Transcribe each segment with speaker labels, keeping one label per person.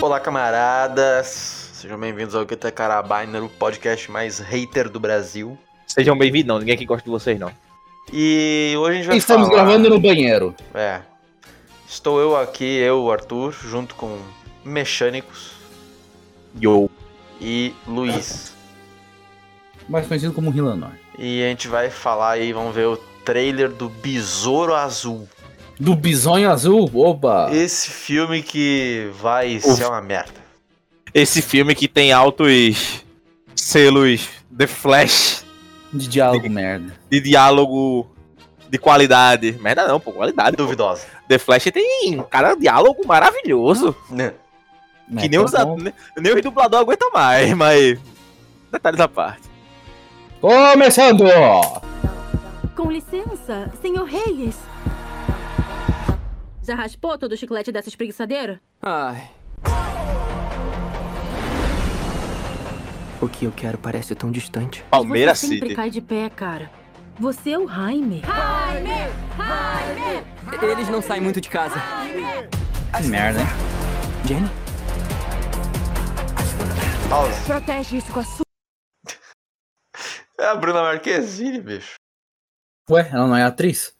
Speaker 1: Olá, camaradas! Sejam bem-vindos ao QT Carabiner, o podcast mais hater do Brasil.
Speaker 2: Sejam bem-vindos, não. Ninguém aqui gosta de vocês, não.
Speaker 1: E hoje a gente vai
Speaker 3: Estamos
Speaker 1: falar...
Speaker 3: gravando no banheiro.
Speaker 1: É. Estou eu aqui, eu, o Arthur, junto com Mecânicos
Speaker 2: Yo.
Speaker 1: e Luiz.
Speaker 3: Mais conhecido como Rilanor.
Speaker 1: E a gente vai falar aí, vamos ver o trailer do Besouro Azul.
Speaker 3: Do Bisonho Azul, oba!
Speaker 1: Esse filme que vai ser uma merda.
Speaker 2: Esse filme que tem altos selos The Flash
Speaker 3: De diálogo merda.
Speaker 2: de diálogo de qualidade. Merda não, pô, qualidade. pô.
Speaker 1: Duvidosa.
Speaker 2: The Flash tem, cara, um diálogo maravilhoso. que nem, os,
Speaker 3: Merda
Speaker 2: nem, nem os dubladores aguentam mais, mas. Detalhes à parte.
Speaker 3: bom. Começando!
Speaker 4: Com licença, senhor Reyes. Já raspou todo o chiclete dessa espreguiçadeira?
Speaker 5: Ai. O que eu quero parece tão distante.
Speaker 2: Palmeiras
Speaker 4: Você sempre
Speaker 2: City.
Speaker 4: cai de pé, cara. Você é o Jaime.
Speaker 5: Eles não saem muito de casa.
Speaker 3: Que merda, hein?
Speaker 5: Jenny?
Speaker 1: Pausa.
Speaker 4: Protege isso com a sua.
Speaker 1: É a Bruna Marquezine, bicho.
Speaker 3: Ué, ela não é atriz?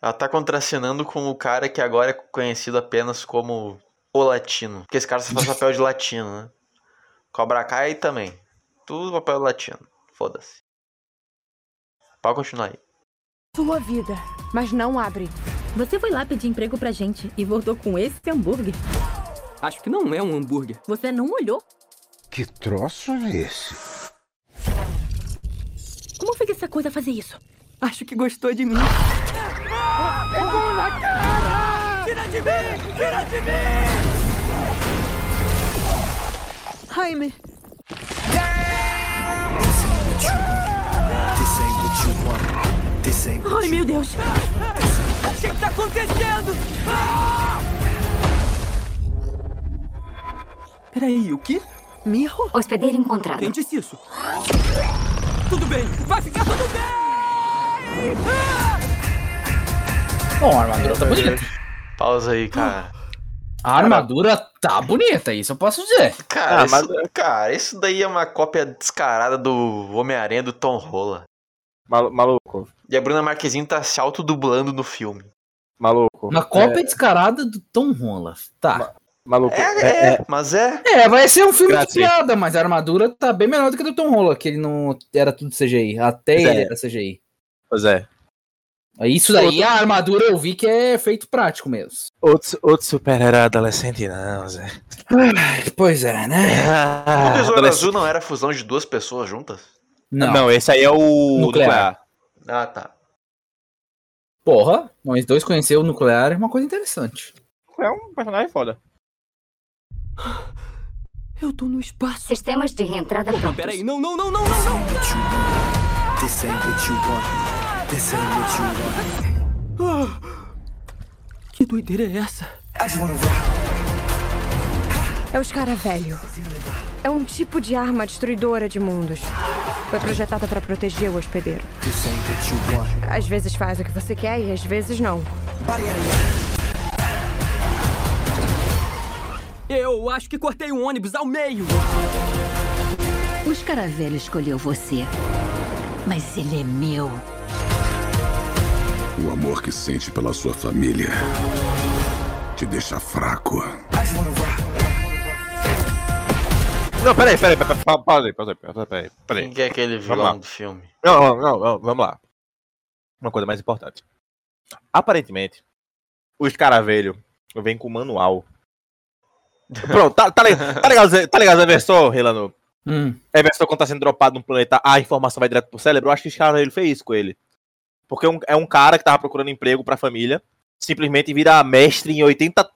Speaker 1: Ela tá contracenando com o cara que agora é conhecido apenas como o latino. Porque esse cara só faz papel de latino, né? Cobra Kai também. Tudo papel latino. Foda-se. Pode continuar aí.
Speaker 6: sua vida, mas não abre.
Speaker 4: Você foi lá pedir emprego pra gente e voltou com esse hambúrguer.
Speaker 5: Acho que não é um hambúrguer.
Speaker 4: Você não olhou.
Speaker 7: Que troço é esse?
Speaker 4: Como foi que essa coisa fazer isso?
Speaker 5: Acho que gostou de mim.
Speaker 6: Jaime,
Speaker 4: Ai, meu Deus.
Speaker 5: O que, que tá acontecendo? Ah! Peraí, o quê?
Speaker 6: mirro?
Speaker 8: Hospedeiro encontrado.
Speaker 5: Quem disse isso? Tudo bem, vai ficar tudo bem!
Speaker 3: Bom, a armadura tá bonita.
Speaker 1: Pausa aí, cara.
Speaker 3: A armadura tá bonita, isso eu posso dizer.
Speaker 1: Cara,
Speaker 2: Ah,
Speaker 1: isso,
Speaker 2: mas-
Speaker 1: cara, isso daí é uma cópia descarada do Homem-Aranha do Tom Rola.
Speaker 2: Malu- Maluco,
Speaker 1: E a Bruna Marquezine tá se autodublando no filme.
Speaker 2: maluco.
Speaker 3: Uma cópia descarada do Tom Holland. Tá.
Speaker 2: Maluco.
Speaker 1: É,
Speaker 2: É,
Speaker 1: é, mas é.
Speaker 3: É, vai ser um filme
Speaker 2: Graças.
Speaker 3: de piada, mas a armadura tá bem melhor do que a do Tom Holland, que ele não era tudo CGI. Até
Speaker 2: Pois
Speaker 3: ele
Speaker 2: é.
Speaker 3: era CGI.
Speaker 2: Pois é.
Speaker 3: Isso daí, a armadura eu vi que é feito prático mesmo.
Speaker 2: Outro, outro super-herói adolescente, não, Zé.
Speaker 3: Pois é, né?
Speaker 2: Ah,
Speaker 1: o Tesouro
Speaker 2: adolescente.
Speaker 1: Azul não era a fusão de duas pessoas juntas?
Speaker 3: Não.
Speaker 2: Não, esse aí é o
Speaker 3: Nuclear.
Speaker 1: Ah, tá.
Speaker 3: Porra, nós dois conhecer o nuclear é uma coisa interessante.
Speaker 2: É um personagem foda.
Speaker 5: Eu tô no espaço.
Speaker 8: Sistemas de reentrada
Speaker 5: Não,
Speaker 8: prontos.
Speaker 5: peraí, não, não, não, não, não, não! Ah, Que doideira é essa?
Speaker 6: É o escaravelho. É um tipo de arma destruidora de mundos. Foi projetada pra proteger o hospedeiro. Às vezes faz o que você quer e às vezes não.
Speaker 5: Eu acho que cortei um ônibus ao meio.
Speaker 8: O escaravelho escolheu você. Mas ele é meu.
Speaker 7: O amor que sente pela sua família te deixa fraco.
Speaker 2: Não, peraí, peraí, peraí, pa- pausa aí, pausa aí, pausa aí, peraí,
Speaker 1: Quem
Speaker 2: peraí.
Speaker 1: que é aquele
Speaker 2: lá.
Speaker 1: vilão do filme?
Speaker 2: Não, não, não, não, vamos lá. Uma coisa mais importante. Aparentemente, o escaravelho vem com manual. Pronto, tá, tá, ligado, tá ligado, Zé- tá ligado, Everson, Relano?
Speaker 3: Hum.
Speaker 2: Everson, quando tá sendo dropado num planeta, a informação vai direto pro cérebro. Eu acho que o escaravelho fez isso com ele. Porque é um- é um cara que tava procurando emprego pra família, simplesmente vira mestre em 80,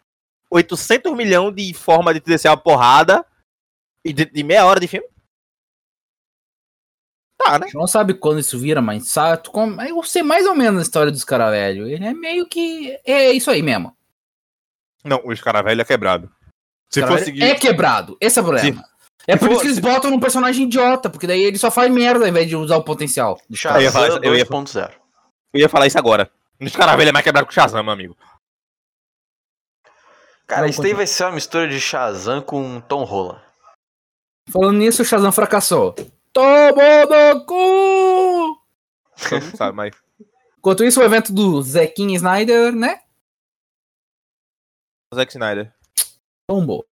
Speaker 2: 800 milhões de forma de te descer uma porrada e de, de meia hora de filme. Tá, né?
Speaker 3: A gente não sabe quando isso vira, mas sabe, tu com- é, eu sei mais ou menos a história dos caras velho. Ele é meio que. É isso aí mesmo.
Speaker 2: Não, o escaravelho é quebrado. Se
Speaker 3: Cara
Speaker 2: for
Speaker 3: velho
Speaker 2: seguir.
Speaker 3: É quebrado. Esse é o problema. É
Speaker 2: se
Speaker 3: por
Speaker 2: for-
Speaker 3: isso que eles botam num personagem idiota, porque daí ele só faz merda ao invés de usar o potencial.
Speaker 2: Eu ia falar
Speaker 1: Shazam
Speaker 2: isso- eu ia-
Speaker 1: 2.0.
Speaker 2: Eu ia falar isso agora. O escaravelho é mais quebrado que o Shazam, meu amigo.
Speaker 1: Cara,
Speaker 3: Não,
Speaker 1: isso daí
Speaker 3: continua.
Speaker 1: vai ser uma mistura de Shazam com Tom Rola.
Speaker 3: Falando nisso, o Shazam fracassou. Tomou no cu!
Speaker 2: Todo mundo sabe, mas.
Speaker 3: Enquanto isso, o evento do Zequinha Snyder, né?
Speaker 2: Zack Snyder.
Speaker 3: Tombou.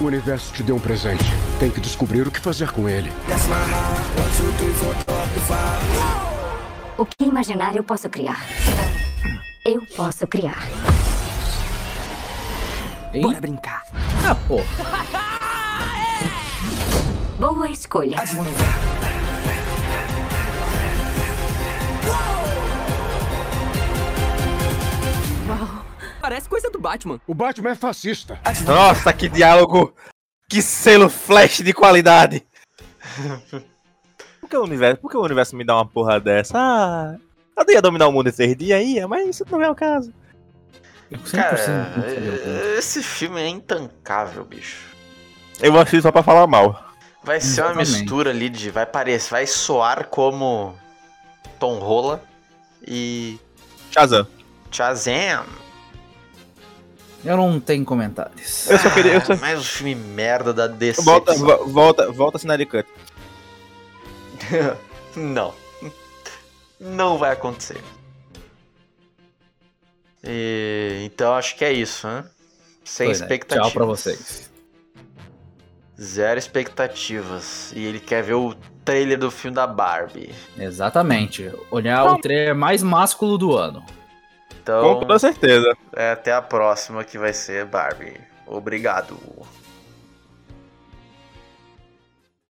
Speaker 9: O universo te deu um presente. Tem que descobrir o que fazer com ele.
Speaker 8: O que imaginar eu posso criar? Eu posso criar.
Speaker 3: Ei?
Speaker 5: Bora brincar.
Speaker 3: Ah, pô.
Speaker 8: Boa escolha.
Speaker 5: Parece coisa do Batman.
Speaker 9: O Batman é fascista.
Speaker 2: Nossa, que diálogo! Que selo flash de qualidade! Por que o universo, por que o universo me dá uma porra dessa? Ah, eu ia dominar o mundo em seis dias, ia, mas isso não é o caso.
Speaker 3: Eu 100%
Speaker 1: Cara, eh,
Speaker 3: não sabia o ponto.
Speaker 1: esse filme é intancável, bicho.
Speaker 2: Eu assisto só pra falar mal.
Speaker 1: Vai ser uma
Speaker 3: Exatamente.
Speaker 1: mistura ali de. Vai parecer, vai soar como Tom Rola e
Speaker 2: Shazam.
Speaker 1: Shazam.
Speaker 3: Eu não tenho comentários.
Speaker 2: Eu só queria. Eu só...
Speaker 1: Mais um filme merda da DC.
Speaker 2: Volta, vo- volta, volta, Snyder Cut.
Speaker 1: Não. Não vai acontecer. E, então acho que é isso, né? Sem
Speaker 3: Pois é,
Speaker 1: expectativas.
Speaker 3: Tchau pra vocês.
Speaker 1: Zero expectativas. E ele quer ver o trailer do filme da Barbie.
Speaker 3: Exatamente. Olhar o trailer mais másculo do ano.
Speaker 1: Então,
Speaker 2: Com toda certeza.
Speaker 1: é, até a próxima que vai ser Barbie. Obrigado.